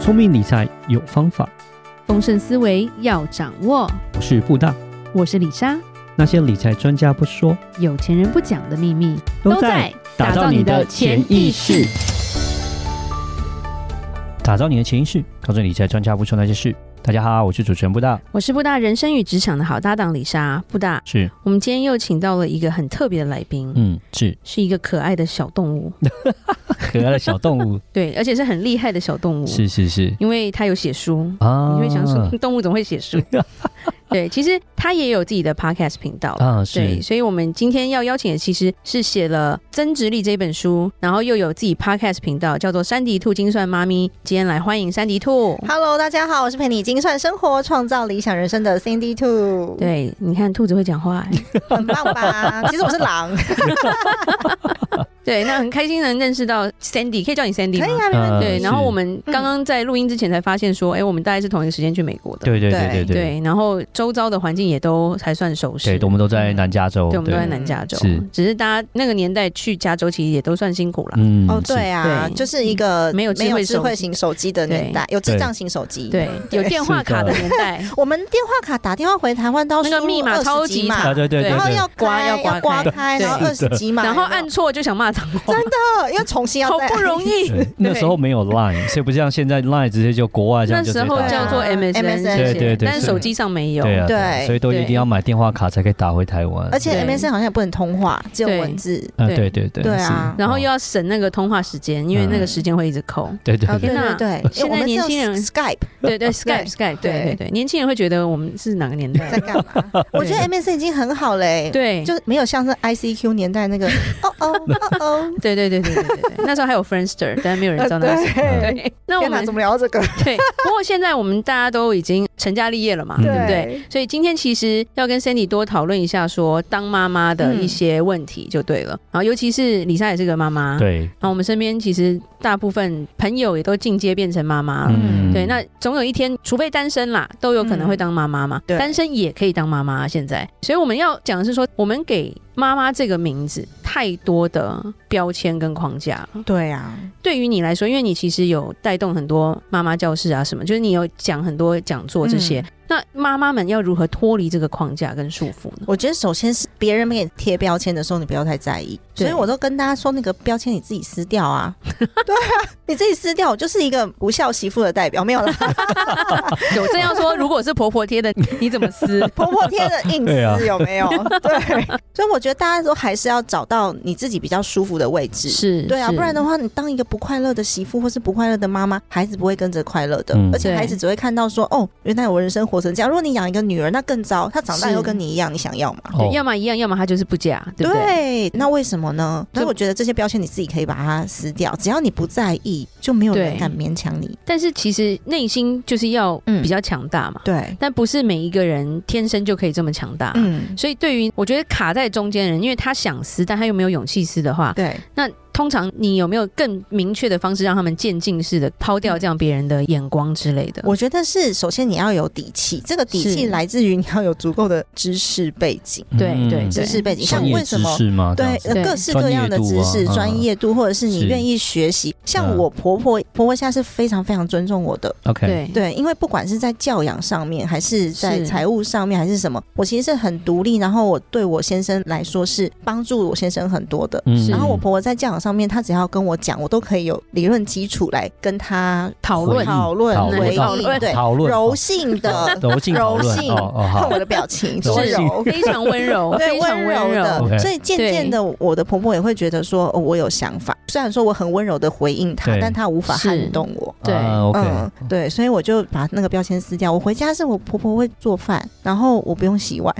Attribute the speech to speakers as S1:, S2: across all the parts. S1: 聪明理财有方法，
S2: 丰盛思维要掌握。
S1: 我是布大。
S2: 我是李莎，
S1: 那些理财专家不说，
S2: 有钱人不讲的秘密
S1: 打造你的潜意识。，打造你的潜意识，告诉你理财专家不说那些事。大家好，我是主持人布大，
S2: 我是布大人生与职场的好搭档李莎。布大，
S1: 是
S2: 我们今天又请到了一个很特别的来宾，
S1: 嗯是
S2: 是一个可爱的小动物，
S1: 可爱的小动物，
S2: 对，而且是很厉害的小动物，
S1: 是是是
S2: 因为他有写书。
S1: 啊
S2: 你会想说， 动物怎么会写书？对，其实他也有自己的 podcast 频道。
S1: 啊
S2: 对，
S1: 是
S2: 所以我们今天要邀请的其实是写了《增值力》这本书，然后又有自己 podcast 频道，叫做“山迪兔精算妈咪”。今天来欢迎山迪兔。
S3: Hello，大家好，我是陪你精算生活、创造理想人生的 Cindy Two，，
S2: 对，你看兔子会讲话、 欸
S3: 很棒 吧？其实我是狼，可
S2: 对，那很开心能认识到 Sandy，可以叫你 Sandy
S3: 以
S2: 吗？
S3: 啊，没问
S1: 呃
S3: 题。
S2: 对，
S1: 是
S2: 然后我们刚刚在录音之前才发现说，哎、我们大概是同一个时间去美国的。
S1: 对对对对
S2: 对然后周遭的环境也都还算熟悉。
S1: 对，我们都在南加州，
S2: 对，我们都在
S3: 对
S2: 南加州
S1: 是，
S2: 只是大家那个年代去加州其实也都算辛苦了。
S1: 嗯
S3: 哦，
S1: 是
S3: 对啊，
S2: 对嗯
S3: 就是一个
S2: 没有智慧
S3: 没有
S2: 手机
S3: 智慧型手机的年代，有智障型手机。，
S2: 对，有电话 卡的年代，
S3: 我们电话卡打电话回台湾都要
S2: 那个
S3: 输入
S2: 密码
S3: 20
S2: 超
S3: 几
S2: 级
S3: 码
S1: 啊
S2: 长
S1: 对对对，
S3: 然后
S1: 对
S3: 要
S2: 刮
S3: 开
S2: 要刮
S3: 要刮
S2: 开
S3: 开，
S2: 对
S3: 然后二十几码，
S2: 然后
S3: 有没有
S2: 按错就想骂脏话，
S3: 呃要重新要
S2: 好
S3: 再
S2: 不容易。
S1: 对那时候没有 Line，所以不像现在 Line 直接就国外这
S2: 那
S1: 样就直
S2: 时
S1: 接
S2: 候
S1: 打
S2: 叫做
S3: 对啊
S2: MSN，
S3: MSN
S1: 对对对
S2: 但是手机上没有。
S1: 对啊，啊
S3: 对
S1: 所以都一定要买电话卡才可以打回台湾。
S3: 而且
S2: 对
S3: MSN 好像也不能通话，只有
S2: 对
S3: 文字。
S1: 嗯，
S2: 对
S1: 对对对，
S3: 对啊
S1: 是
S2: 然后又
S1: 哦嗯
S2: 要省那个通话时间，因为那个时间会一直扣。
S1: 对对
S3: 哦，
S1: 对
S2: 天
S3: 对
S2: 哪
S3: 对对，
S2: 现在
S3: 我们是
S2: 年
S3: 用
S2: 轻人
S3: Skype
S2: 对 对，Skype Skype，对对对，年轻人会觉得我们是哪个年代
S3: 在？干 嘛？我觉得 MSN 已经很好欸嘞，
S2: 对，
S3: 就没有像是 ICQ 年代 那个哦哦哦哦，啊
S2: 对对对对对对 对，那时候还有 Friendster，但没有 人知道那是。
S1: 对
S2: 对，那我
S3: 呃天
S2: 们
S3: 哪，怎么聊到这个？
S2: 对，不过现在我们大家都已经成家立业了嘛，
S1: 嗯
S2: 对不对？所以今天其实要跟 Sandy 多讨论一下，说当妈妈
S3: 嗯
S2: 的一些问题就对了。然后尤其是李莎也是个妈妈，。
S1: 对，
S2: 然后我们身边其实大部分朋友也都进阶变成妈妈了。
S1: 嗯，
S2: 啊对，那总有一天，除非单身啦，都有可能会当妈妈嘛。
S3: 嗯对
S2: 单身也可以当妈妈。现在，所以我们要讲的是说，我们给妈妈这个名字太多的标签跟框架了。
S3: 对啊，
S2: 对于你来说，因为你其实有带动很多妈妈教室啊什么，就是你有讲很多讲座这些。
S3: 嗯
S2: 那妈妈们要如何脱离这个框架跟束缚呢？
S3: 我觉得首先是别人给你贴标签的时候，你不要太在意。
S2: 对
S3: 所以我都跟大家说，那个标签你自己撕掉 啊。对啊，你自己撕掉，我就是一个无效媳妇的代表，没有啦，
S2: 有这样说，如果是婆婆贴的，你怎么撕？
S3: 婆婆贴的硬
S1: 对啊
S3: 撕有没有？对，所以我觉得大家都还是要找到你自己比较舒服的位 置。
S2: 是，
S3: 对啊，
S2: 是
S3: 不然的话，你当一个不快乐的媳妇或是不快乐的妈妈，孩子不会跟着快乐的，
S1: 嗯
S3: 而且
S2: 对
S3: 孩子只会看到说，哦，原来我人生活成这样。如果你养一个女儿，那更糟，她长大以后
S2: 是
S3: 跟你一样，你想要吗？
S2: 对
S1: 哦
S2: 要么一样，要么她就是不嫁，对不对？
S3: 对，那为什么呢？
S2: 这
S3: 所以我觉得这些标签你自己可以把它撕掉，只要你不在意，就没有人
S2: 对
S3: 敢勉强你。
S2: 但是其实内心就是要
S3: 嗯
S2: 比较强大嘛，
S3: 对，
S2: 但不是每一个人天生就可以这么强大。
S3: 嗯，
S2: 所以，对于我觉得卡在中间的人，因为他想撕，但他又没有勇气撕的话，
S3: 对，
S2: 那通常你有没有更明确的方式让他们渐进式的抛掉这样别人的眼光之类的？
S3: 我觉得是首先你要有底气，这个底气
S2: 是
S3: 来自于你要有足够的知识背景，
S2: 对对
S3: 知
S2: 对
S3: 识背景，
S1: 嗯
S3: 像
S1: 商业
S3: 为什
S1: 知
S3: 么
S1: 识吗？哦这
S3: 对呃
S1: 样子
S2: 对
S3: 各式各样的知
S1: 专业
S3: 识、
S1: 度啊
S3: 专业度，或者是你
S1: 是
S3: 愿意学习。像
S1: 嗯
S3: 我婆婆，婆婆现在是非常非常尊重我的，
S1: ，OK，
S2: 对
S3: 对，因为不管是在教养上面，还是在
S2: 是
S3: 财务上面，还是什么，我其实是很独立。然后我对我先生来说是帮助我先生很多的。
S1: 嗯
S3: 然后我婆婆在教养上面，她只要跟我讲，我都可以有理论基础来跟她
S2: 讨论
S1: 回应
S3: 讨论
S1: 讨、
S2: 论
S3: 回
S2: 讨
S3: 应，
S2: 论
S3: 对，
S1: 讨论
S3: 柔性
S1: 哦
S3: 的，
S1: 柔性讨
S3: 柔
S1: 论
S3: 性，
S1: 哦哦
S3: 看
S1: 好
S3: 我的表情，多
S2: 柔性
S3: 柔。
S2: 非常温柔，
S3: 对
S2: 非常温
S3: 的
S2: 柔。
S1: OK
S3: 所以渐渐的，我的婆婆也会觉得说，哦，我有想法。虽然说我很温柔的回应她
S1: 对，
S3: 但她无法
S2: 是
S3: 撼动我。
S2: 对
S1: 啊，OK，
S3: 嗯，对，所以我就把那个标签撕掉。我回家是我婆婆会做饭，然后我不用洗碗。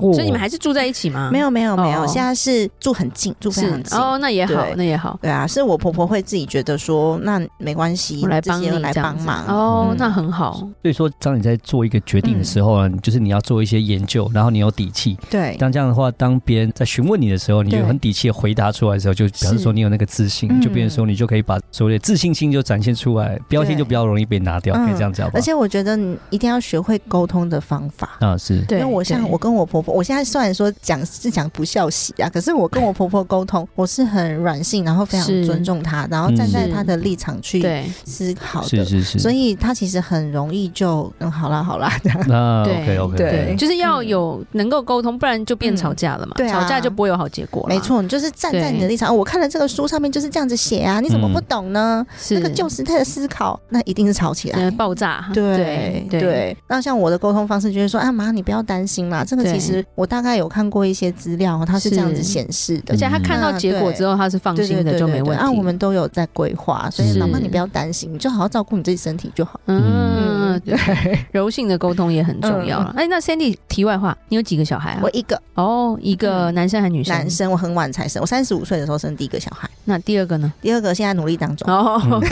S2: 所以
S1: 哦
S2: 你们还是住在一起吗？
S3: 没有没有没有，
S2: 嗯哦
S3: 现在是住很近，住非
S2: 是
S3: 常近。
S2: 哦，那也好
S3: 对，
S2: 那也好，
S3: 对啊，是我婆婆会自己觉得说，那没关系，
S2: 我来
S3: 这
S2: 帮你
S3: 些来
S2: 这样
S3: 帮
S2: 子
S3: 忙。
S2: 哦，
S1: 嗯
S2: 那很好，
S1: 所以说，当你在做一个决定的时候啊，就是你要做一些研究，然后你有底气。
S3: 对
S1: 当这样的话，当别人在询问你的时候，你就
S3: 对
S1: 很底气的回答出来的时候，就表示
S2: 是
S1: 说你有那个自信，
S3: 嗯
S1: 就变成说你就可以把所谓的自信心就展现出来，标签就比较容易被拿掉，
S3: 对
S1: 可以这样讲吧
S3: 而？且我觉得你一定要学会沟通的方法。
S1: 啊，是，
S2: 对，
S3: 因为我像
S2: 对
S3: 我跟我婆婆，我现在虽然说讲是讲不孝喜啊，可是我跟我婆婆沟通，我是很软软性，然后非常
S2: 是
S3: 尊重他，然后站在
S2: 嗯
S3: 他的立场去
S2: 对，
S3: 思考
S1: 是
S3: 的。
S1: 是是，
S3: 所以他其实很容易就嗯，好啦 好啦这样。
S1: 那
S2: 对
S1: OK OK，
S3: 对嗯
S2: 就是要有能够沟通，不然就变吵架了嘛。
S3: 对啊
S2: 吵架就不会有好结果。
S3: 没，错，你就是站在你的立场、哦我看了这个书上面就是这样子写啊，你怎么
S1: 嗯
S3: 不懂呢？
S2: 是
S3: 那个旧时代的思考，那一定是吵起来。
S2: 呃爆炸。
S3: 对
S2: 对，
S3: 那像我的沟通方式就是说啊，妈，你不要担心啦。这个
S2: 对
S3: 其实我大概有看过一些资料，它是这样
S2: 是
S3: 子显示的
S2: 而。且他看到结果之后，他是放
S3: 对对
S2: 心的，
S3: 对
S2: 就
S3: 对
S2: 没
S3: 对
S2: 问题。
S3: 啊，我们都有在规划，所以
S1: 是
S3: 妈妈你不要担心，你就好好照顾你自己身体就好。
S2: 嗯
S3: 嗯，
S2: 对，柔性的沟通也很重要了。哎，那 Sandy 题外话，你有几个小孩啊
S3: 我？一个
S2: 哦，一个男生还女生？
S3: 嗯男。生，我很晚才生，我三十五岁的时候生第一个小孩，
S2: 那第二个呢？
S3: 第二个现在努力当中。
S2: 哦，OK，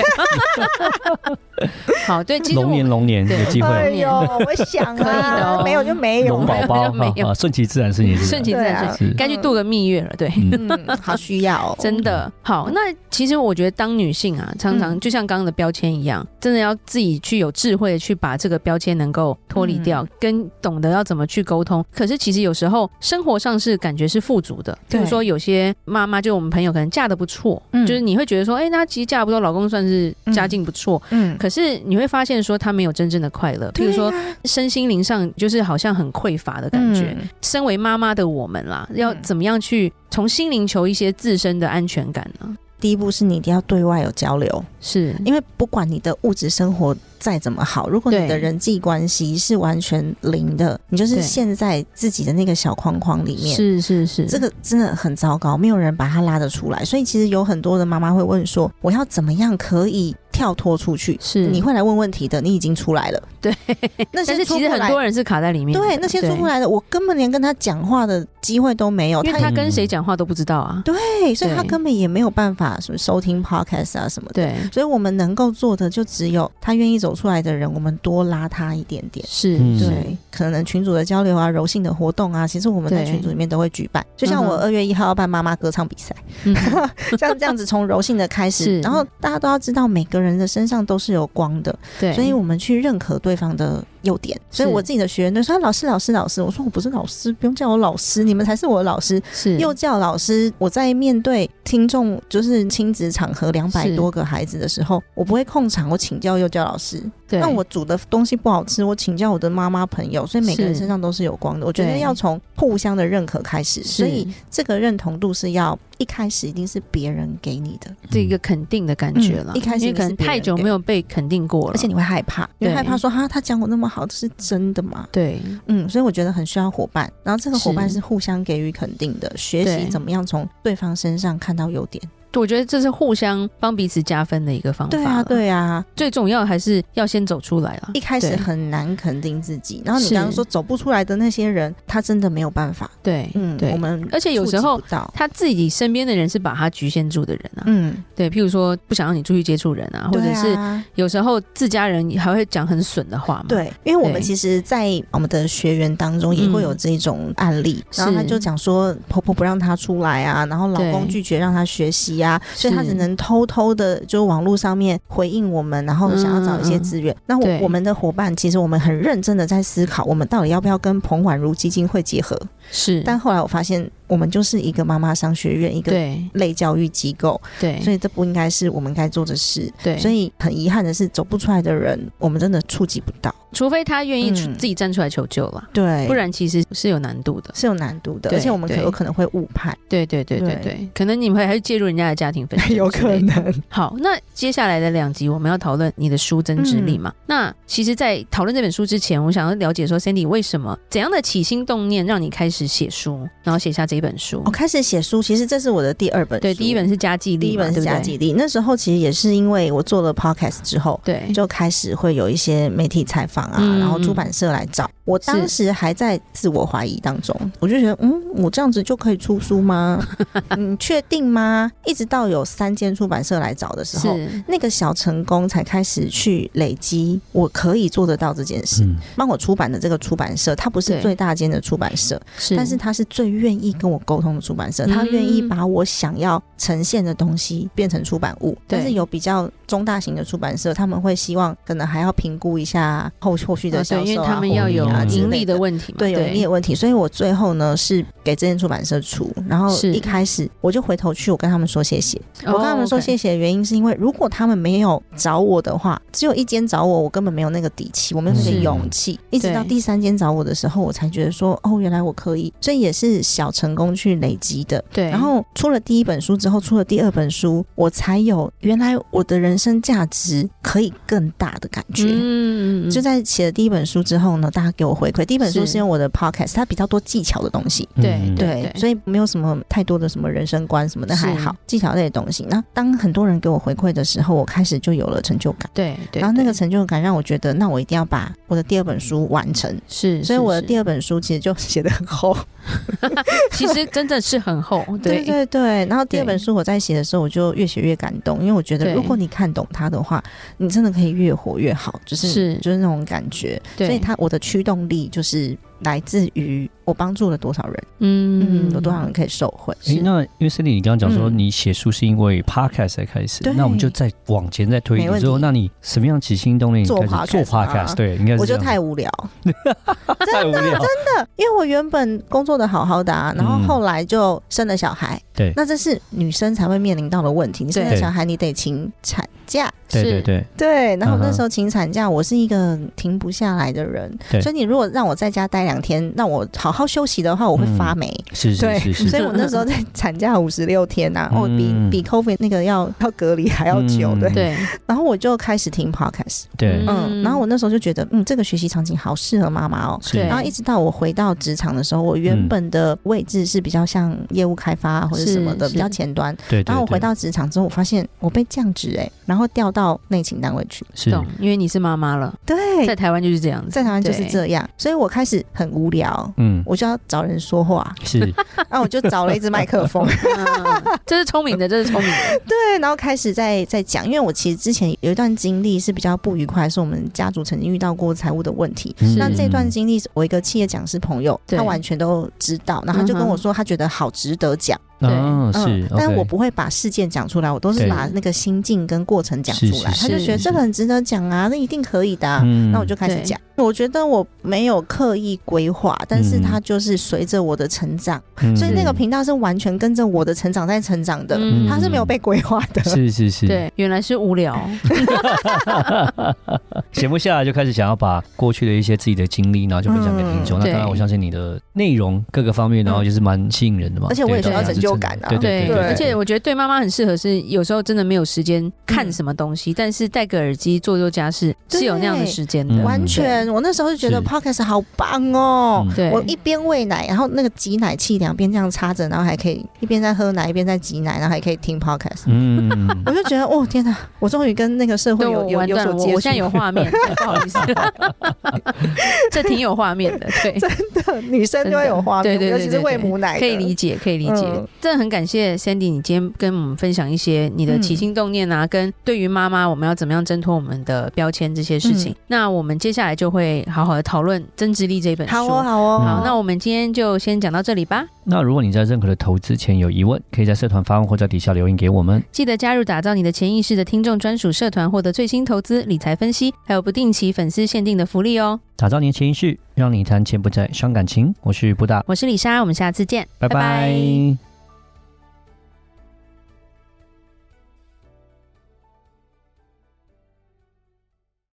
S2: 好，对，其
S1: 嗯
S2: 实
S1: 龙
S2: 我
S1: 年龙年
S2: 对
S1: 有机
S2: 哎
S1: 会，
S2: 呦
S3: 我想啊
S2: 可以的哦
S3: 没有就没哎有
S1: 龙
S3: 了。
S1: 宝宝
S2: 没有没有
S1: 哈啊，顺其自然，顺其自然，
S2: 顺其自
S3: 对
S2: 然
S3: 啊，
S1: 是
S2: 该去度个蜜月了。对，
S1: 嗯
S3: 嗯，好需要哦，
S2: 真的好。那其实我觉得，当女性啊，常常
S3: 嗯
S2: 就像刚刚的标签一样，真的要自己去有智慧地去把这个标签能够脱离
S3: 嗯
S2: 掉，跟懂得要怎么去沟通。可是其实有时候生活上是感觉是富足的，比
S3: 对
S2: 如说有些妈妈，就我们朋友可能嫁的不错，
S3: 嗯
S2: 就是你会觉得说，哎、那其实嫁得不错，老公算是家境不错，
S3: 嗯，
S2: 可是你会发现说她没有真正的快乐，比如说
S3: 对啊
S2: 身心灵上就是好像很匮乏的感觉。
S3: 嗯
S2: 身为妈妈的我们啦，要
S3: 嗯
S2: 怎么样去从心灵求一些自身的安全感呢？
S3: 第一步是你一定要对外有交流，
S2: 是，
S3: 因为不管你的物质生活再怎么好，如果你
S2: 对
S3: 的人际关系是完全零的，你就是
S2: 对
S3: 陷在自己的那个小框框里面。
S2: 是是是，
S3: 这个真的很糟糕，没有人把它拉得出来。所以其实有很多的妈妈会问说：“我要怎么样可以跳脱出去？”
S2: 是
S3: 你会来问问题的，你已经出来了。
S2: 对，
S3: 那
S2: 但
S3: 些
S2: 是
S3: 出
S2: 其
S3: 不
S2: 实
S3: 来，
S2: 很多人是卡在里面的，
S3: 对那些出不来的，我根本连跟他讲话的机会都没有。
S2: 对，因为
S3: 他
S2: 他跟谁讲话都不知道啊。
S3: 对，所以他
S2: 对
S3: 根本也没有办法什么收听 podcast 啊什么的。
S2: 对，
S3: 所以我们能够做的就只有他愿意走出来的人，我们多拉他一点点。
S2: 是，
S1: 嗯
S2: 是
S3: 对，可能群组的交流啊、柔性的活动啊，其实我们在
S2: 对
S3: 群组里面都会举办。就像我
S2: 嗯
S3: 二月一号要办妈妈歌唱比赛，
S2: 嗯
S3: 像这样子从柔性的开
S2: 是
S3: 始，然后大家都要知道每个人的身上都是有光的，
S2: 对，
S3: 所以我们去认可对方的优点。所以
S2: 是
S3: 我自己的学员都说啊老师老师老师，我说我不是老师，不用叫我老师，你们才是我的老师。
S2: 是
S3: 幼教老师，我在面对听众就是亲子场合两百
S2: 是
S3: 多个孩子的时候，我不会控场，我请教幼教老师。
S2: 对
S3: 那我煮的东西不好吃，我请教我的妈妈朋友。所以每个人
S2: 是
S3: 身上都是有光的。我觉得
S2: 对
S3: 要从互相的认可开始，
S2: 是
S3: 所以这个认同度是要一开始一定是别人给你的，
S2: 这个肯定的感觉了，
S3: 嗯一开始
S2: 因为可能
S3: 是别人
S2: 太久
S3: 给
S2: 没有被肯定过了，
S3: 而且你会害怕，你会
S2: 对
S3: 害怕说哈，他讲我那么好，这是真的吗？
S2: 对
S3: 嗯，所以我觉得很需要伙伴，然后这个伙伴
S2: 是
S3: 是互相给予肯定的，学
S2: 对
S3: 习怎么样从对方身上看到优点。
S2: 我觉得这是互相帮彼此加分的一个方法。
S3: 对啊，，对啊，
S2: 最重要还是要先走出来了
S3: 一。开始
S2: 对
S3: 很难肯定自己，然后你
S2: 是
S3: 刚刚说走不出来的那些人，他真的没有办法。
S2: 对，
S3: 嗯，
S2: 对
S3: 我，们
S2: 而且有时候
S3: 触及不到，
S2: 他自己身边的人是把他局限住的人啊，
S3: 嗯，
S2: 对，譬如说不想让你出去接触人啊，或者
S3: 对
S2: 是
S3: 啊
S2: 有时候自家人还会讲很损的话嘛。，
S3: 对，因为我
S2: 嗯对
S3: 们
S2: 嗯
S3: 其实，在我们的学员当中也会有这种案例，
S2: 是
S3: 然后他就讲说婆婆不让她出来啊，然后老公
S2: 对
S3: 拒绝让她学习啊，所以
S2: 是
S3: 她只能偷偷的就网络上面回应我们，然后想要找一些资源。那
S2: 嗯对
S3: 我我们的伙伴其实我们很认真的在思考，我们到底要不要跟彭婉如基金会结合？
S2: 是，
S3: 但后来我发现，我们就是一个妈妈商学院，一个
S2: 对
S3: 类教育机构，
S2: 对
S3: 所以这不应该是我们该做的事。
S2: 对，
S3: 所
S2: 以
S3: 以很遗憾的是，走不出来的人，我们真的触及不到。
S2: 除非他愿意出
S3: 嗯
S2: 自己站出来求救了，
S3: 对，
S2: 不然其实是有难度的。
S3: 是有难度的，
S2: 对
S3: 而且我们可
S2: 对
S3: 有可能会误判，
S2: 对对对对
S3: 对
S2: 对，可能你们还会介入人家的家庭纷 争，。
S3: 能。
S2: 好，那接下来的两集我们要讨论你的书《增值力》嘛？
S3: 嗯
S2: 那其实，在讨论这本书之前，我想要了解说，Sandy 为什么怎样的起心动念让你开始写书，然后写下这一本书？
S3: 我哦开始写书，其实这是我的第二本书，
S2: 对，第一本是家计
S3: 第
S2: 力
S3: 一
S2: 嘛，
S3: 本是
S2: 对不对
S3: 加几力。那时候其实也是因为我做了 podcast 之后。
S2: 对，
S3: 就开始会有一些媒体采访啊，
S2: 嗯
S3: 然后出版社来找我。当时还在自我怀疑当中，我就觉得，嗯，我这样子就可以出 书吗？你确定吗？一直到有三间出版社来找的时候，
S2: 是
S3: 那个小成功才开始去累积，我可以做得到这件事。
S1: 嗯
S3: 帮我出版的这个出版社，它不是
S2: 对
S3: 最大间的出版社，
S2: 是，
S3: 但是它是最愿意跟我沟通的出版社，
S2: 嗯
S3: 它愿意把我想要呈现的东西变成出版物，但是有比较中大型的出版社，他们会希望可能还要评估一下后后续的
S2: 啊
S3: 销售、
S2: 对，
S3: 啊
S2: 因为他们
S1: 红
S2: 要
S1: 利
S2: 有
S1: 啊之
S2: 盈
S3: 类
S2: 利的
S3: 的
S2: 问题嘛，
S3: 对有盈利的问题，所以我最后呢是给这间出版社出，然后
S2: 是
S3: 一开始我就回头去，我跟他们说谢谢。
S2: 哦
S3: 我跟他们说谢
S2: 谢，
S3: 谢的原因是因为，如果他们没有找我的话，只有一间找我，我根本没有那个底气，我没有那个
S2: 是
S3: 勇气。一直到
S2: 对
S3: 第三间找我的时候，我才觉得说，哦，原来我可以，所以也是小成功去累积的。
S2: 对，
S3: 然后出了第一本书之后，出了第二本书，我才有原来我的人生价值可以更大的感觉。
S2: 嗯，嗯嗯
S3: 就在写了第一本书之后呢，大家给我回馈。第一本书
S2: 是
S3: 是用我的 podcast，它比较多技巧的东西，
S2: 对
S1: 嗯
S2: 对
S3: 所以没有什么太多的什么人生观什么的，
S2: 是
S3: 还好技巧类的东西。那当很多人给我回馈的时候，我开始就有了成就感。
S2: 对对，
S3: 然后那个
S2: 对
S3: 成就感让我觉得，那我一定要把我的第二本书完成。
S2: 是，
S3: 所以
S2: 是
S3: 我的
S2: 是
S3: 第二本书其实就写的很厚，
S2: 其实真的是很厚，
S3: 对对对。然后第二本书我在写的时候，我就越写越感动，因为我觉得
S2: 对
S3: 如果你看懂它的话，你真的可以越活越好，就是
S2: 是
S3: 就是那种感觉。
S2: 对，
S3: 所以它我的驱动力就是来自于我帮助了多少人，
S2: 嗯
S3: 嗯，有多少人可以受惠。
S1: 诶，那因为 Cindy，你刚刚讲说
S3: 嗯
S1: 你写书是因为 podcast 才开始
S3: 对，
S1: 那我们就再往前再推一
S3: 没问
S1: 点，
S3: 题
S1: 之后，那你什么样起心动念你
S3: 做
S1: 开始
S3: podcast
S1: 做
S3: 吗
S1: podcast？对，应该是
S3: 我觉
S1: 这样
S3: 得太无聊，啊
S1: 太无聊，
S3: 因为我原本工作的好好的、啊，然后
S1: 嗯
S3: 后来就生了小孩，
S1: 对
S3: 那这是女生才会面临到的问题。你生了
S1: 对
S3: 小孩，你得请产假，
S1: 对
S2: 是
S1: 对对，
S3: 对。然后
S1: 嗯哼
S3: 那时候请产假，我是一个停不下来的人，
S1: 对
S3: 所以你如果让我在家待两天，让我好好休息的话，我会发霉。
S1: 是
S3: 对
S1: 嗯
S3: 嗯
S1: 是是是，
S3: 所以我那时候在产假五十六天呐、啊，哦，比
S1: 嗯
S3: 比 COVID 那个要要隔离还要久，
S1: 嗯
S3: 对。
S2: 对
S3: 然后我就开始听 podcast，
S1: 对
S2: 嗯，
S3: 嗯，然后我那时候就觉得，嗯，这个学习场景好适合妈妈哦。
S1: 是
S2: 对嗯
S3: 然后一直到我回到职场的时候，我原本的位置是比较像业务开发啊或者什么的，
S2: 是
S3: 比较前端。
S1: 对对，
S3: 然后我
S1: 对
S3: 回到职场之后，我发现我被降职哎、然后调到内勤单位去。
S1: 是
S2: 懂，因为你是妈妈了，
S3: 对，
S2: 在台湾就是这样子，
S3: 在台湾就是
S2: 对嗯
S3: 这样，所以我开始很无聊，
S1: 嗯
S3: 我就要找人说话，
S1: 是
S3: 然后我就找了一支麦克风，
S2: 嗯这是聪明的，这是聪明 的，
S3: 对，然后开始在在讲，因为我其实之前有一段经历是比较不愉快，是我们家族曾经遇到过财务的问题，
S1: 嗯
S3: 那这段经历，我一个企业讲师朋友，
S2: 对嗯
S3: 他完全都知道，然后他就跟我说，他觉得好值得讲，
S2: 对
S1: 啊是
S3: 嗯，，但
S1: OK
S3: 我不会把事件讲出来，我都是
S1: 对
S3: 把那个心境跟过程讲出来，
S1: 是是
S3: 他就觉得
S1: 是
S3: 这个很值得讲啊，那一定可以的、啊。
S1: 嗯
S3: 那我就开始讲，我觉得我没有刻意规划，但是它就是随着我的成长，
S1: 嗯
S3: 所以那个
S1: 嗯
S3: 频道是完全跟着我的成长在成长的，
S2: 嗯
S3: 它是没有被规划的。
S1: 是是是，，
S2: 对，原来是无聊，
S1: 闲不下来就开始想要把过去的一些自己的经历，然后就分享给听众。
S2: 嗯
S1: 那
S2: 对
S1: 当然，我相信你的内容各个方面，然后就是蛮吸引人的嘛。
S3: 嗯而且我也
S1: 对
S3: 需要成就感啊
S1: 对对
S2: 对，
S1: 对，
S2: 而且我觉得对妈妈很适合，是有时候真的没有时间看什么东西，但是戴个耳机做做家事
S3: 对
S2: 是有那样的时间
S1: 嗯
S2: 的，
S3: 完全，我那时候就觉得
S1: 是
S3: podcast 好棒哦，
S1: 嗯
S2: 对，
S3: 我一边喂奶，然后那个挤奶器两边这样插着，然后还可以一边在喝奶，一边在挤奶，然后还可以听 podcast。
S1: 嗯，
S3: 我就觉得，哦天哪！我终于跟那个社会
S2: 对，我
S3: 有有
S2: 完
S3: 有
S2: 蛋
S3: 所
S2: 了，我
S3: 接
S2: 我现在
S3: 触。
S2: 有画面，对不好意思，这挺有画面 的，对，
S3: 女生就会有画
S2: 真的对
S3: 面，
S2: 对
S3: 尤
S2: 对
S3: 其是喂母奶的，
S2: 可以理解，可以理解。
S3: 嗯
S2: 真的很感谢 Sandy，你今天跟我们分享一些你的
S3: 嗯
S2: 起心动念啊，跟对于妈妈我们要怎么样挣脱我们的标签这些事情。
S3: 嗯
S2: 那我们接下来就会好好的讨论《增值力》这本书。
S3: 好哦，好哦，
S2: 好那我们今天就先讲到这里吧。
S1: 那如果你在任何的投资前有疑问，可以在社团发问或在底下留言给我们。
S2: 记得加入打造你的潜意识的听众专属社团，获得最新投资理财分析，还有不定期粉丝限定的福利哦。
S1: 打造你的潜意识，让你谈钱不再伤感情。我是布大，
S2: 我是李莎，我们下次见，
S1: 拜拜